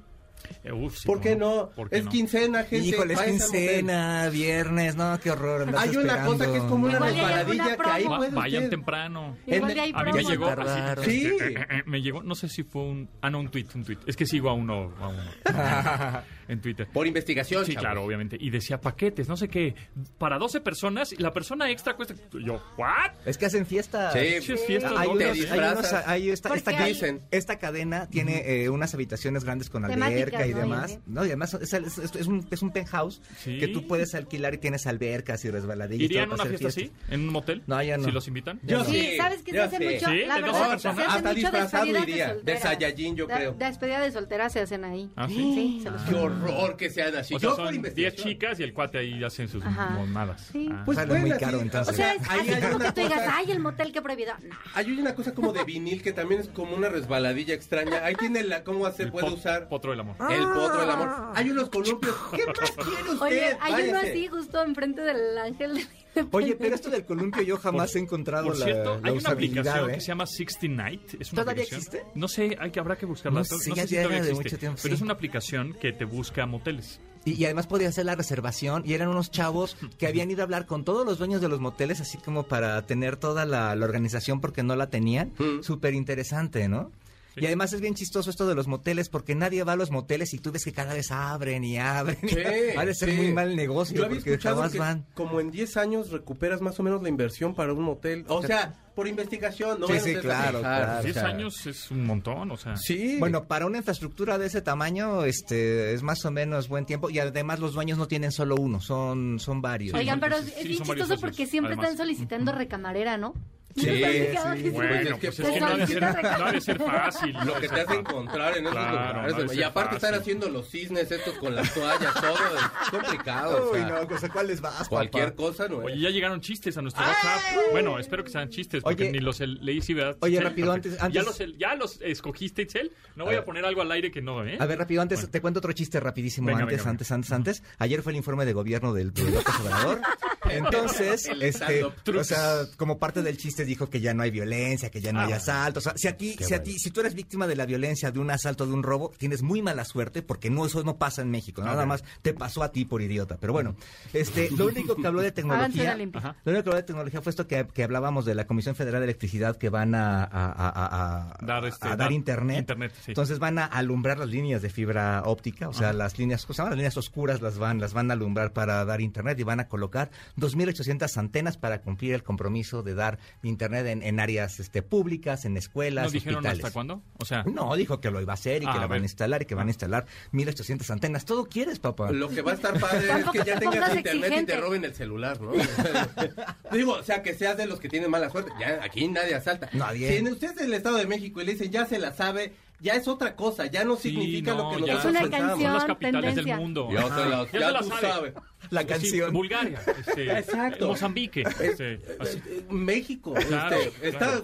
Eh, uf, sí, ¿Por qué cómo no? ¿Por qué Es no? quincena, gente. Híjole, es váyanse al motel. quincena, viernes, no, qué horror. andas Hay una esperando. cosa que es como una Igual y hay alguna resbaladilla que ahí promo. Va- puede vayan usted- temprano. Igual en- ya hay A mí promo. me Ya se llegó así, tardaron. este, Sí. me llegó, no sé si fue un, ah no, un tweet, un tweet. Es que sigo a uno, a uno en Twitter. Por investigación, Sí, chavos. claro, obviamente. Y decía paquetes, no sé qué, para 12 personas, y la persona extra cuesta. Yo, ¿what? Es que hacen fiestas. Sí, Sí, es fiesta, Hay ¿no? te unos- hay disfrazas. unos- hay esta, Porque esta, hay- dicen, esta cadena tiene eh, unas habitaciones grandes con Temáticas, alberca y ¿no? demás. Y- No, y además es, es- es- es un, es un penthouse Sí. que tú puedes alquilar y tienes albercas y resbaladillas. ¿Irían a todo una para hacer fiesta así? fiestas. ¿En un motel? No, ya no. Si los invitan. Ya no. Sí, ¿sabes qué se yo hace sí. mucho? Sí, la de verdad, dos se hace personas. Hasta mucho disfrazado despedida de iría, de soltera. Saiyajin, yo Da- creo. Despedida de soltera se hacen ahí. Ah, sí. Sí, se los Qué horror que sean así. O sea, Yo por son 10 investigación. chicas y el cuate ahí hace sus Ajá. monadas. Sí. Ah. Pues Sale pueden muy así. caro, O entonces. sea, es ahí así hay como que una tú digas, cosa- ay, el motel que prohibido. No. Hay una cosa como de vinil que también es como una resbaladilla extraña. Ahí tiene la cómo se El puede pot- usar Potro del amor. el potro del Ah. amor. Hay unos columpios. ¿Qué más quiere usted? Oye, hay uno Váyase. así justo enfrente del ángel. de la Oye, Independencia. pero esto del columpio yo jamás Por- he encontrado Por Ah, la, cierto, la hay una usabilidad, aplicación ¿eh? que se llama Sixty Night. Es una ¿Todavía aplicación- existe? No sé, hay que, habrá que buscarla. No sé, ya si tiene todavía de existe. mucho tiempo, Pero sí. es una aplicación que te busca moteles. Y, y además podía hacer la reservación y eran unos chavos que habían ido a hablar con todos los dueños de los moteles, así como para tener toda la, la organización porque no la tenían. Mm. Súper interesante, ¿no? Y además es bien chistoso esto de los moteles, porque nadie va a los moteles y tú ves que cada vez abren y abren. y Sí, abren. ha de ser sí. muy mal negocio, Yo había porque escuchado jamás que van. como en 10 años recuperas más o menos la inversión para un motel. O sea, por investigación, ¿no? Sí, Bueno, sí, ustedes claro, saben. claro. o 10 sea, años es un montón, o sea. Sí. Bueno, para una infraestructura de ese tamaño, este, es más o menos buen tiempo. Y además los dueños no tienen solo uno, son, son varios. Sí, Oigan, son- pero sí, es sí, bien son varios socios, chistoso porque siempre además. están solicitando recamarera, ¿no? Sí, Nunca me quedaba sí. que- Bueno, pues es que no ha de ser, no ha de ser fácil. Lo que te has de encontrar en esos Claro, lugares. no ha de y ser aparte fácil. están haciendo los cisnes estos con las toallas, todo. Es complicado. o Uy, sea, no, o sea, ¿cuál les vas, cualquier papá? cosa, ¿no? Oye, ya llegaron chistes a nuestro WhatsApp. Bueno, espero que sean chistes, porque Oye. ni los el- leí si ¿verdad? Oye, Itzel? rápido, antes- Ya antes- los, el- ya los escogiste, Itzel. No voy a, ver. poner algo al aire que no, ¿eh? A ver, rápido, antes Bueno. te cuento otro chiste rapidísimo. Venga, antes, venga, antes, antes, antes. Ayer fue el informe de gobierno del de López Obrador. Entonces, El este, stand-up truth. o sea, como parte del chiste dijo que ya no hay violencia, que ya Ah, no hay asaltos. O sea, si aquí, si a ti, si tú eres víctima de la violencia, de un asalto, de un robo, tienes muy mala suerte porque no eso no pasa en México. Nada más te pasó a ti por idiota. Pero bueno, este, lo único que habló de Avance tecnología. la limpieza. Lo único que habló de tecnología fue esto que, que hablábamos de la Comisión Federal de Electricidad que van a, a- a- a- a- Dar, este, a dar dar internet. internet, sí. Entonces van a alumbrar las líneas de fibra óptica, o sea, las líneas, ¿cómo se llama? Las líneas oscuras las van, las van a alumbrar para dar internet y van a colocar 2.800 antenas para cumplir el compromiso de dar internet en, en áreas este, públicas, en escuelas, ¿No dijeron hospitales. hasta cuándo? O sea, No, dijo que lo iba a hacer y Ah, que la a van ver. a instalar y que van a instalar 1.800 antenas. Todo quieres, papá. Lo que va a estar padre es Tampoco que ya te tengas pongas internet y te exigente. roben el celular, ¿no? Digo, o sea, que seas de los que tienen mala suerte. Ya aquí nadie asalta. Nadie. Si en- usted es del Estado de México y le dicen, ya se la sabe, ya es otra cosa, ya no Sí, significa no, lo que ya. nosotros Es una pensábamos. son las Canción, capitales tendencia. del mundo. Ya, te la- Ajá. ya se la tú sabe. sabes. La Sí, canción. Bulgaria. este, Exacto. Mozambique. este, así. Eh, México, Claro, este, está claro.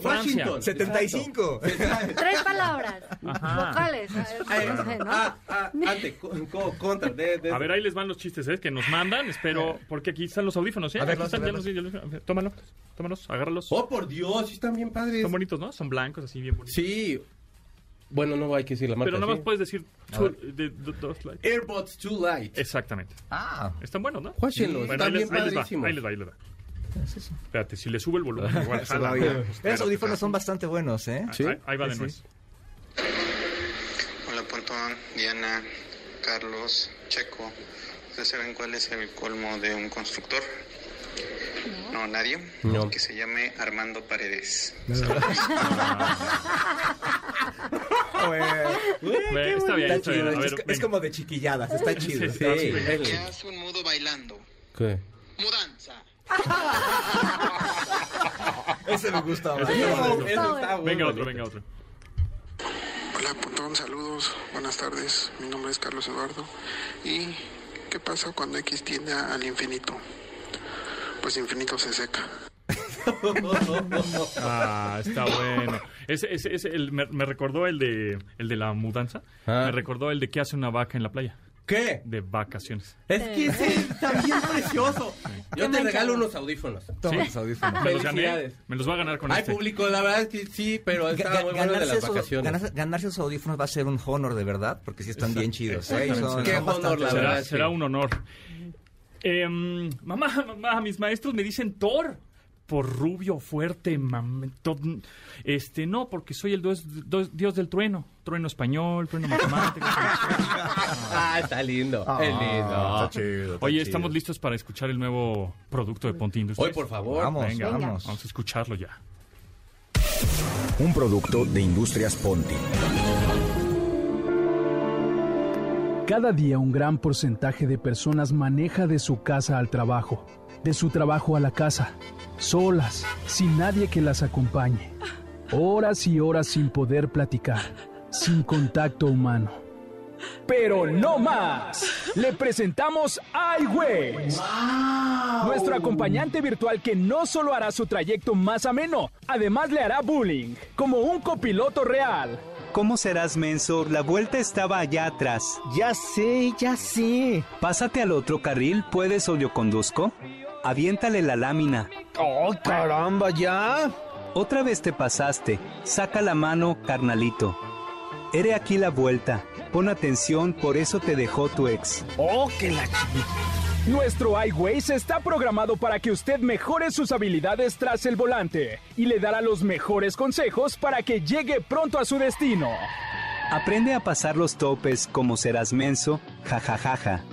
Francia. Washington. 75. Tres palabras. Ajá. Vocales. a Eh, ver, no sé, ¿no? ah, ah, ante, co- co- contra, de, de- A ver, ahí les van los chistes ¿eh? que nos mandan. Espero, porque aquí están los audífonos. ¿eh? A ver, Aquí están ya los- los- ya los- a ver, Tómalos, tómalos, agárralos. Oh, por Dios, sí están bien padres. Son bonitos, ¿no? Son blancos, así bien bonitos. Sí. Bueno, no hay que decir la marca. Pero nada más ¿sí? puedes decir two- de- do- dos likes. Airpods Too Light. Exactamente. Ah, Están buenos, ¿no? Guáchenlos, Bueno, ahí están les, bien ahí les va, padrísimos. ahí les va, ahí les va. Espérate, si le subo el volumen, igual se jala. va a oír. Espérate, Esos audífonos son bastante buenos, ¿eh? espérate. ¿Sí? Ahí, ahí va de Sí, nuez. Hola Pontón, Diana, Carlos, Checo. ¿Ustedes saben cuál es el colmo de un constructor? No, nadie. No. Que se llame Armando Paredes. Ve, está bien, está Ah, Está bien. chido, A ver, es, es venga. como de chiquilladas, está chido. sí. está Sí, chido. ¿Qué es- hace un mudo bailando? ¿Qué? Mudanza. Ese me gusta más. Ese está bueno. Eso está bueno. Venga otro, venga otro. Hola Pontón, saludos, buenas tardes. Mi nombre es Carlos Eduardo. ¿Y qué pasa cuando X tiende al infinito? Pues infinito se seca. Ah, está bueno. Ese, ese, ese, el, me, me recordó el de, el de la mudanza. Ah. Me recordó el de qué hace una vaca en la playa. ¿Qué? De vacaciones. Es que ese está bien precioso. Yo te regalo unos audífonos. Toma Sí. tus audífonos. Me los gané. Felicidades. Me los va a ganar con Ay, este. público, la verdad es que sí, pero Ga- estaba ga- muy bueno el de ganarse las esos- vacaciones. ganarse- ganarse esos audífonos va a ser un honor de verdad, porque sí están bien chidos. ¿eh? Y son- Qué son bastante- honor, la Será, verdad. será sí. un honor. Em, mamá, mamá, mis maestros me dicen Thor. Por rubio, fuerte, mam, to- Este, no, porque soy el dios, dios- dios del trueno. Trueno español, trueno matemático. Ah, está lindo. es Ah. lindo. Oye, estamos listos para escuchar el nuevo producto de Ponte Industries. Hoy, por favor. Vamos, Venga, vamos. Vamos a escucharlo ya. Un producto de Industrias Ponti. Cada día un gran porcentaje de personas maneja de su casa al trabajo, de su trabajo a la casa, solas, sin nadie que las acompañe. Horas y horas sin poder platicar, sin contacto humano. Pero no más. Le presentamos iWays. Nuestro acompañante virtual que no solo hará su trayecto más ameno, además le hará bullying, como un copiloto real. ¿Cómo serás menso? La vuelta estaba allá atrás. Ya sé, ya sé. Pásate al otro carril, ¿puedes conduzco? Aviéntale la lámina. ¡Oh, caramba, ya! Otra vez te pasaste. Saca la mano, carnalito. Here aquí la vuelta. Pon atención, por eso te dejó tu ex. ¡Oh, que la Nuestro iWays está programado para que usted mejore sus habilidades tras el volante y le dará los mejores consejos para que llegue pronto a su destino. Aprende a pasar los topes como serás menso, jajajaja.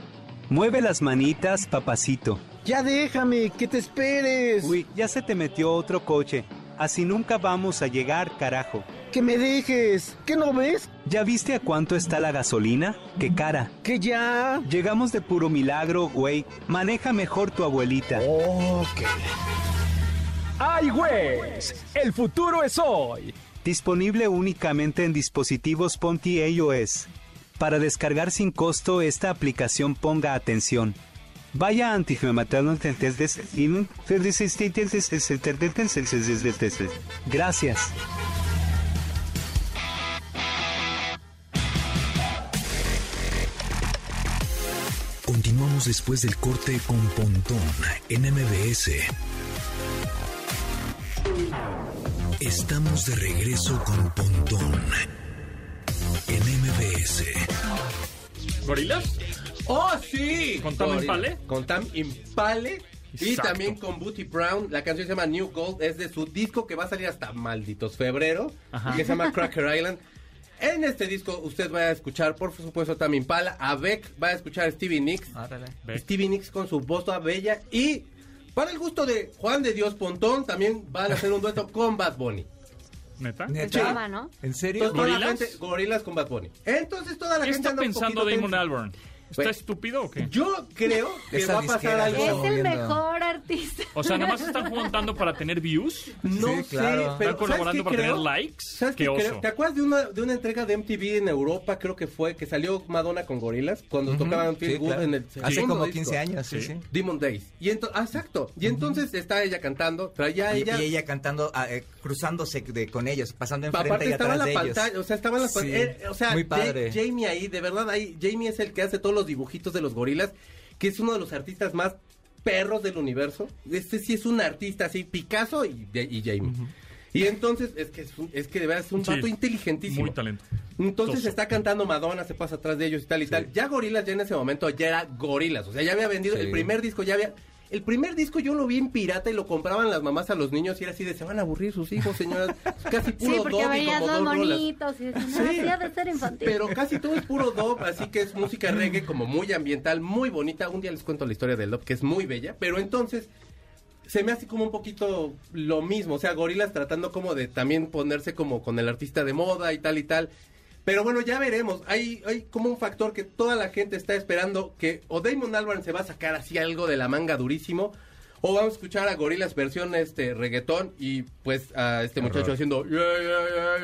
Mueve las manitas, papacito. Ya déjame, que te esperes. Uy, ya se te metió otro coche. Así nunca vamos a llegar, carajo. Que me dejes. ¿Qué no ves? ¿Ya viste a cuánto está la gasolina? ¡Qué cara! Que ya. Llegamos de puro milagro, güey. Maneja mejor tu abuelita. Ok. iWays, el futuro es hoy. Disponible únicamente en dispositivos Ponti iOS. Para descargar sin costo esta aplicación ponga atención. Vaya a Gracias. Continuamos después del corte con Pontón en MBS. Estamos de regreso con Pontón en MBS. ¿Gorilas? ¡Oh, sí! ¿Con Tame Impala? Con Tam Impale. Y Exacto. también con Booty Brown. La canción se llama New Gold. Es de su disco que va a salir hasta malditos febrero. Ajá. Que se llama Cracker Island. En este disco usted va a escuchar, por supuesto, Tam Impala. A Beck va a escuchar a Stevie Nicks. Ah, Stevie Nicks con su voz toda bella. Y para el gusto de Juan de Dios Pontón, también van a hacer un dueto con Bad Bunny. ¿Neta? ¿Neta? Chava, ¿no? ¿En Entonces, toda la gente- gorilas con Bad Bunny. Entonces toda la ¿Qué gente está anda un pensando poquito Damon tensa. Albarn? ¿Está estúpido o qué? Yo creo que Esa va a pasar disquera, algo. Es el moviendo. mejor artista. O sea, nada más están juntando para tener views. No Sí, claro. sé, pero Están colaborando para tener likes. ¿Sabes Qué qué creo? oso. ¿Te acuerdas de una, de una entrega de MTV en Europa? Creo que fue, que salió Madonna con gorilas cuando Ujú. tocaban Feel Sí, Good claro. en el Hace segundo como disco. 15 años, sí, sí. Demon Days. Y ento- ah, exacto. Y entonces está ella cantando, traía a Y, ella... y ella cantando, ah, eh, cruzándose de, con ellos, pasando enfrente Aparte y estaba atrás en la de ellos. pantalla, o sea, estaba en las Sí, pantallas. O sea, muy Ja- padre. Jamie ahí, de verdad, ahí, Jamie es el que hace todos los dibujitos de los gorilas, que es uno de los artistas más perros del universo. Este sí es un artista así, Picasso y, de- y Jamie. Y entonces, es que, es, un- es que de verdad es un Sí. vato inteligentísimo. Muy talento. Entonces Toso. está cantando Madonna, se pasa atrás de ellos y tal y tal. Ya Gorilas, ya en ese momento, ya era Gorilas. O sea, ya había vendido Sí. el primer disco, ya había. El primer disco yo lo vi en pirata y lo compraban las mamás a los niños y era así de se van a aburrir sus hijos, señoras. Casi Sí, puro porque dub y veías como los dos rolas. monitos y decías, no, sí, ha de ser infantil. Pero casi todo es puro dub, así que es música reggae como muy ambiental, muy bonita. Un día les cuento la historia del dub, que es muy bella. Pero entonces se me hace como un poquito lo mismo. O sea, gorilas tratando como de también ponerse como con el artista de moda y tal y tal. Pero bueno, ya veremos. Hay, hay como un factor que toda la gente está esperando que o Damon Albarn se va a sacar así algo de la manga durísimo. O vamos a escuchar a Gorilas versión este reggaetón y pues a este Horror. muchacho haciendo... "Yeah, yeah, yeah, yeah, yeah,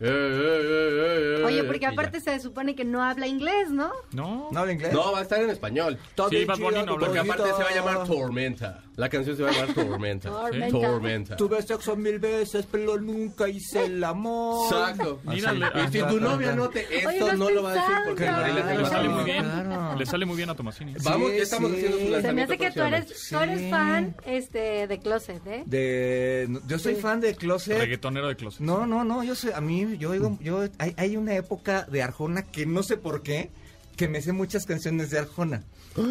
yeah, yeah, yeah, yeah", Oye, y porque eh, ya. aparte se supone que no habla inglés, ¿no? No. No habla inglés. No, va a estar en español. Todo Sí, bien Bad Bunny chido, no habla Porque inglés. aparte se va a llamar Tormenta. La canción se va a llamar Tormenta. Tormenta. Tormenta. Tuve sexo mil veces, pero nunca hice el amor. Exacto. Mírale. Y si tu novia no te... Esto Oye, no no lo va a decir porque pensaba. Gorilas es Le más sale muy famoso. bien. Le sale muy bien a Tomasini. Vamos, ya estamos haciendo su Se me hace que tú eres, próximamente. tú eres fan este, de Closet, ¿eh? De, no, yo soy Sí. fan de Closet. Reggaetonero de Closet. No, no, no, yo soy, a mí, yo oigo, yo, hay, hay una época de Arjona que no sé por qué, que me sé muchas canciones de Arjona.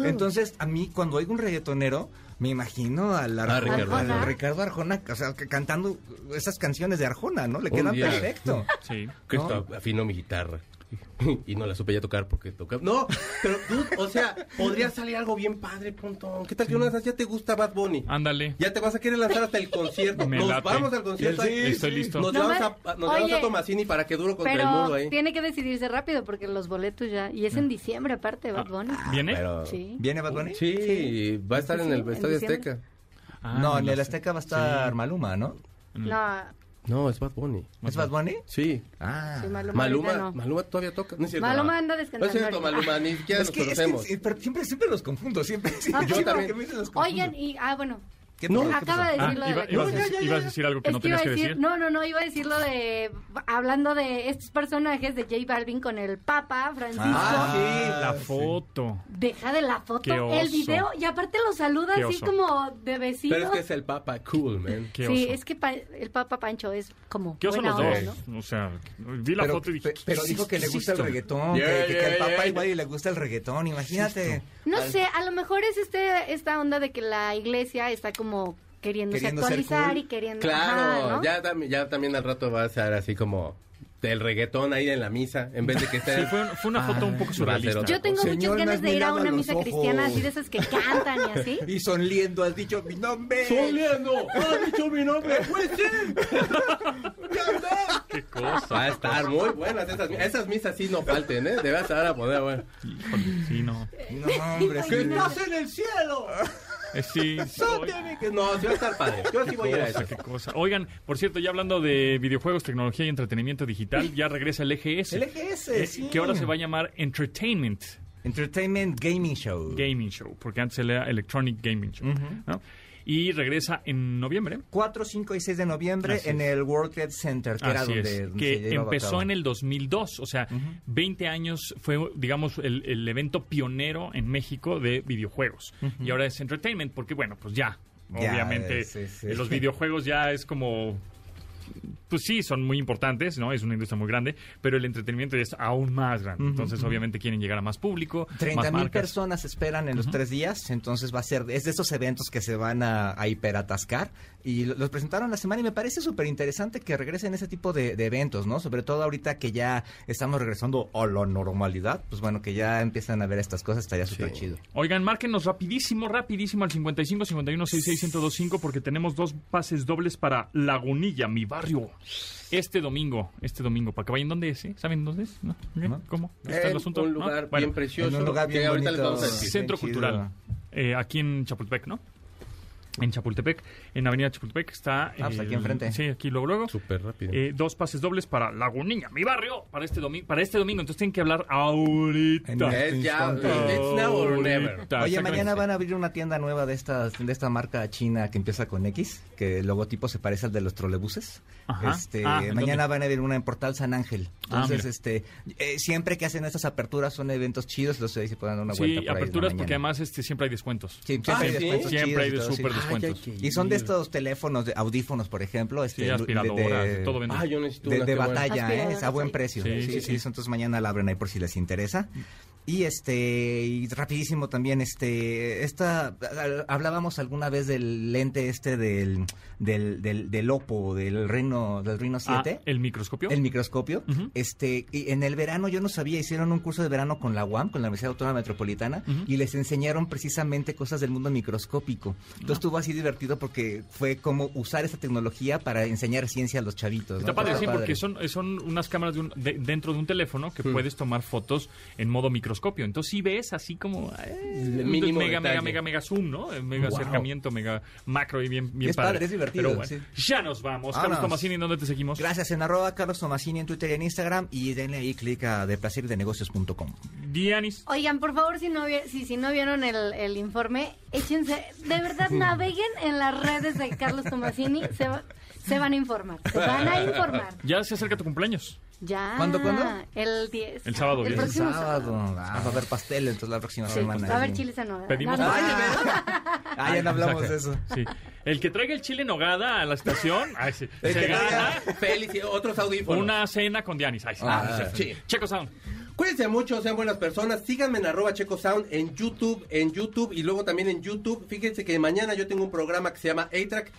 Entonces, a mí, cuando oigo un reggaetonero, me imagino al Arjona- al Ricardo Ah, Ricardo Arjona, Arjona. o sea, que cantando esas canciones de Arjona, ¿no? Le Un quedan día. perfecto. Sí. Cristo afinó mi guitarra. Y no la supe ya tocar porque tocaba. No, pero tú, o sea, podría salir algo bien padre, punto. ¿Qué tal que una vez ya te gusta Bad Bunny? Ándale. Ya te vas a querer lanzar hasta el concierto. Ah. Me nos late. vamos al concierto. Sí, ahí. estoy listo. Nos No más- vamos a, nos llevamos Oye, a Tomasini para que duro contra el ¿eh? muro Pero ahí. tiene que decidirse rápido porque los boletos ya. Y es en diciembre, aparte, Bad Bunny. ¿Viene? Pero- Sí. ¿Viene Bad Bunny? Sí, Ah, va a estar Sí, en el en Estadio diciembre. Azteca. Ah. no, en el Azteca va a estar Maluma, ¿no? No, No, es Bad Bunny. ¿Es Bad Bunny? Sí. Ah. sí, Maluma. Maluma, ahorita no. Maluma todavía toca. No es cierto, Maluma no. anda No es descansando. cierto, ahorita. Maluma, ni siquiera es nos que, es que conocemos. pues sí, pero siempre, siempre los confundo, siempre. Ah, siempre sí, como también. que me dicen los confundo. Oigan, y. Ah, bueno. ¿Qué No. pasó? ¿Qué Acaba pasó? de decir lo Ah, de iba- la- ibas, No, a decir- ya, ya, ibas a ya. decir algo que no Es que iba tenías a que decir- decir. No, no, no, iba a decir lo de. Hablando de estos personajes de J Balvin con el Papa Francisco. Ah, Ah, Ah, sí, la foto. Deja de la foto, Qué el oso. video, y aparte lo saluda Qué así oso. como de vecino. Pero es que es el papa cool, man. sí, es que pa- el Papa Pancho es como. ¿Qué oso buena los onda, dos? ¿no? O sea, vi la Pero- foto y dije... pe- pero ¿qué dijo que le es gusta el esto? reggaetón, Yeah, que, que- que al yeah, papá yeah. igual y le gusta el reggaetón, imagínate. No Al- sé, a lo mejor es este, esta onda de que la iglesia está como queriéndose Queriendo ser actualizar cool. y queriendo. Claro, ajá, ¿no? ya, tam- ya también al rato va a ser así como del reggaetón ahí en la misa, en vez de que esté... Sí, fue, fue una foto un poco surrealista. Yo tengo muchas ganas de ir a una misa cristiana así de esas que cantan y así. Y sonriendo, has dicho mi nombre. ¡Sonriendo! ¡Has dicho mi nombre! ¡Pues sí! ¡Qué cosa! Va a estar muy buenas esas, mi- esas misas sí no falten, ¿eh? Debes estar a poder, bueno. sí, no. No, hombre, ¡Que sí. estás en el cielo! Eh, Sí, Sóteme que- No, sí va a estar padre. Yo sí voy a ir a eso. cosa, qué cosa. Oigan, por cierto, ya hablando de videojuegos, tecnología y entretenimiento digital, ya regresa el EGS. El EGS, Eh, sí. Que ahora se va a llamar Entertainment. Entertainment Gaming Show. Gaming Show, porque antes era Electronic Gaming Show. ¿no? Y regresa en noviembre. 4, 5 y 6 de noviembre Así en es. el World Trade Center, que era Así donde, es, donde se que llevaba a empezó cabo. en el 2002, o sea, 20 años fue, digamos, el, el evento pionero en México de videojuegos. Y ahora es entertainment, porque bueno, pues ya, Ya, obviamente, eh, sí, sí. eh, los videojuegos ya es como... Pues sí, son muy importantes, ¿no? Es una industria muy grande, pero el entretenimiento es aún más grande. Entonces, obviamente, quieren llegar a más público, 30 más mil marcas. personas esperan en los tres días, entonces va a ser, es de esos eventos que se van a, a hiperatascar y lo- los presentaron la semana y me parece súper interesante que regresen ese tipo de, de eventos, ¿no? Sobre todo ahorita que ya estamos regresando a la normalidad, pues bueno, que ya empiezan a ver estas cosas, estaría súper chido. Oigan, márquenos rapidísimo, rapidísimo al 55 51 66 1025 porque tenemos dos pases dobles para Lagunilla, mi barrio. Este domingo, este domingo, para que vayan dónde es, eh? ¿Saben dónde es? ¿No? ¿Ok? ¿Cómo? ¿Está el En asunto? un ¿No? lugar Ah, Bueno, bien precioso. en un lugar que bien ahorita les bonito. vamos a decir. Centro Bien Cultural. eh, aquí en Chapultepec, ¿no? En Chapultepec, en Avenida Chapultepec está... Ah, pues, el- aquí enfrente. Sí, aquí luego, luego. Súper rápido. Eh, dos pases dobles para Lagunilla, mi barrio, para este domingo. Para este domingo, entonces tienen que hablar ahorita. En este Es ya, instante. it's now or never. Ahorita, Oye, mañana exactamente. van a abrir una tienda nueva de esta, de esta marca china que empieza con X, que el logotipo se parece al de los trolebuses. Ajá. Este, Ah, ¿en mañana dónde? van a abrir una en Portal San Ángel. Ah, Entonces, mira. este, eh, siempre que hacen estas aperturas son eventos chidos, los se pueden dar una vuelta. Sí, por ahí en la aperturas porque mañana. además este, siempre hay descuentos. Sí, siempre hay descuentos chidos Siempre hay y de todo, sí. súper Ay, descuentos. hay que Y son de ir. estos teléfonos, de audífonos, por ejemplo, este, Sí, aspiradoras, de todo venden. Ah, yo necesito de, una, de qué bueno. batalla, ¿eh? Aspiradoras, Es a buen sí. precio. Sí, Sí, sí, sí, sí. Entonces mañana la abren ahí por si les interesa. Y este, y rapidísimo también, este, esta, al- hablábamos alguna vez del lente este del, del, del, del Oppo, del Reno, del Reno Ah, 7. ¿El microscopio? El microscopio. Ujú. Este, y en el verano yo no sabía, hicieron un curso de verano con la UAM, con la Universidad Autónoma Metropolitana, Ujú. y les enseñaron precisamente cosas del mundo microscópico. Entonces estuvo así divertido porque fue como usar esta tecnología para enseñar ciencia a los chavitos. Está ¿no? padre, sí, Estaba porque padre. Hmm. son, eh, son unas cámaras de un- de- dentro de un teléfono que puedes tomar fotos en modo microscopio. Entonces sí ves así como... eh, El mínimo mega, mega, detalle. mega, mega zoom, ¿no? Eh, Mega Wow. acercamiento, mega macro y bien, bien Es padre, es divertido, Pero bueno, sí. ya nos vamos. Carlos Vámonos. Tomasini, ¿dónde te seguimos? Gracias en arroba Carlos Tomasini en Twitter y en Instagram y denle ahí clic a deplacerdenegocios.com. Dianis. Oigan, por favor, si no, vi- si, si no vieron el, el informe, échense, de verdad, naveguen en las redes de Carlos Tomasini, se, va- se van a informar, se van a informar. Ya se acerca tu cumpleaños. Ya. ¿Cuándo, cuándo? El 10. El sábado, El ¿bien? próximo sábado sábado. ah, va a haber pastel entonces la próxima Sí, semana. va a haber chiles en nogada. Pedimos- No, no. Ah, ya no hablamos de eso. Sí. El que traiga el chile en nogada a la estación, ay, sí, El se que gana gana, feliz, y otros audífonos. una cena con Dianis. Ay, sí, Ah, no, no es cierto. sí. Checo Sound. Cuídense mucho, sean buenas personas. Síganme en arroba checosound en YouTube, en YouTube y luego también en YouTube. Fíjense que mañana yo tengo un programa que se llama A-Track.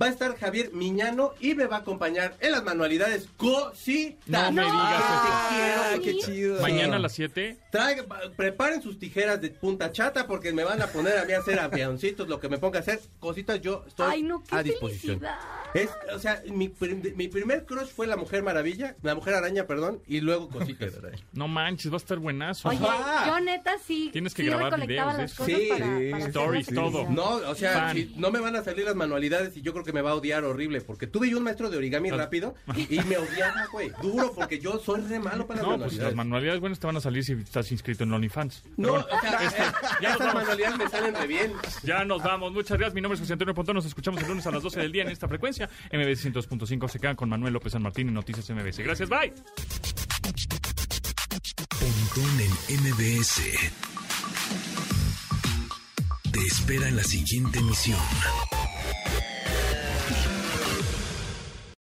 Va a estar Javier Miñano y me va a acompañar en las manualidades cositas. No me digas Ah, Ay, qué chido. Mañana a las 7. Traigan- pa- preparen sus tijeras de punta chata porque me van a poner a mí a hacer avioncitos, lo que me ponga a hacer, cositas yo estoy Ay, no, qué a disposición. felicidad. Es, o sea, mi, prim- mi primer crush fue la Mujer Maravilla, la Mujer Araña, perdón, y luego cositas. No manches, va a estar buenazo. Oye, Ajá. yo neta sí, Tienes que sí grabar videos recolectaba de las eso. cosas Sí, para, para hacer stories, las todo. actividades. No, o sea, Fan. si no me van a salir las manualidades y yo creo que me va a odiar horrible, porque tuve yo un maestro de origami Ah. rápido y me odiaba, güey. Duro, porque yo soy re malo para No, pues las las manualidades. manualidades buenas te van a salir si estás inscrito en OnlyFans. No, o sea, Este, ya nos estas vamos. manualidades me salen re bien. Ya nos vamos. Muchas gracias. Mi nombre es José Antonio Pontón. Nos escuchamos el lunes a las 12 del día en esta frecuencia. MBS 102.5 se quedan con Manuel López San Martín y Noticias MBS. Gracias. Bye. Pontón en MBS. Te espera en la siguiente emisión.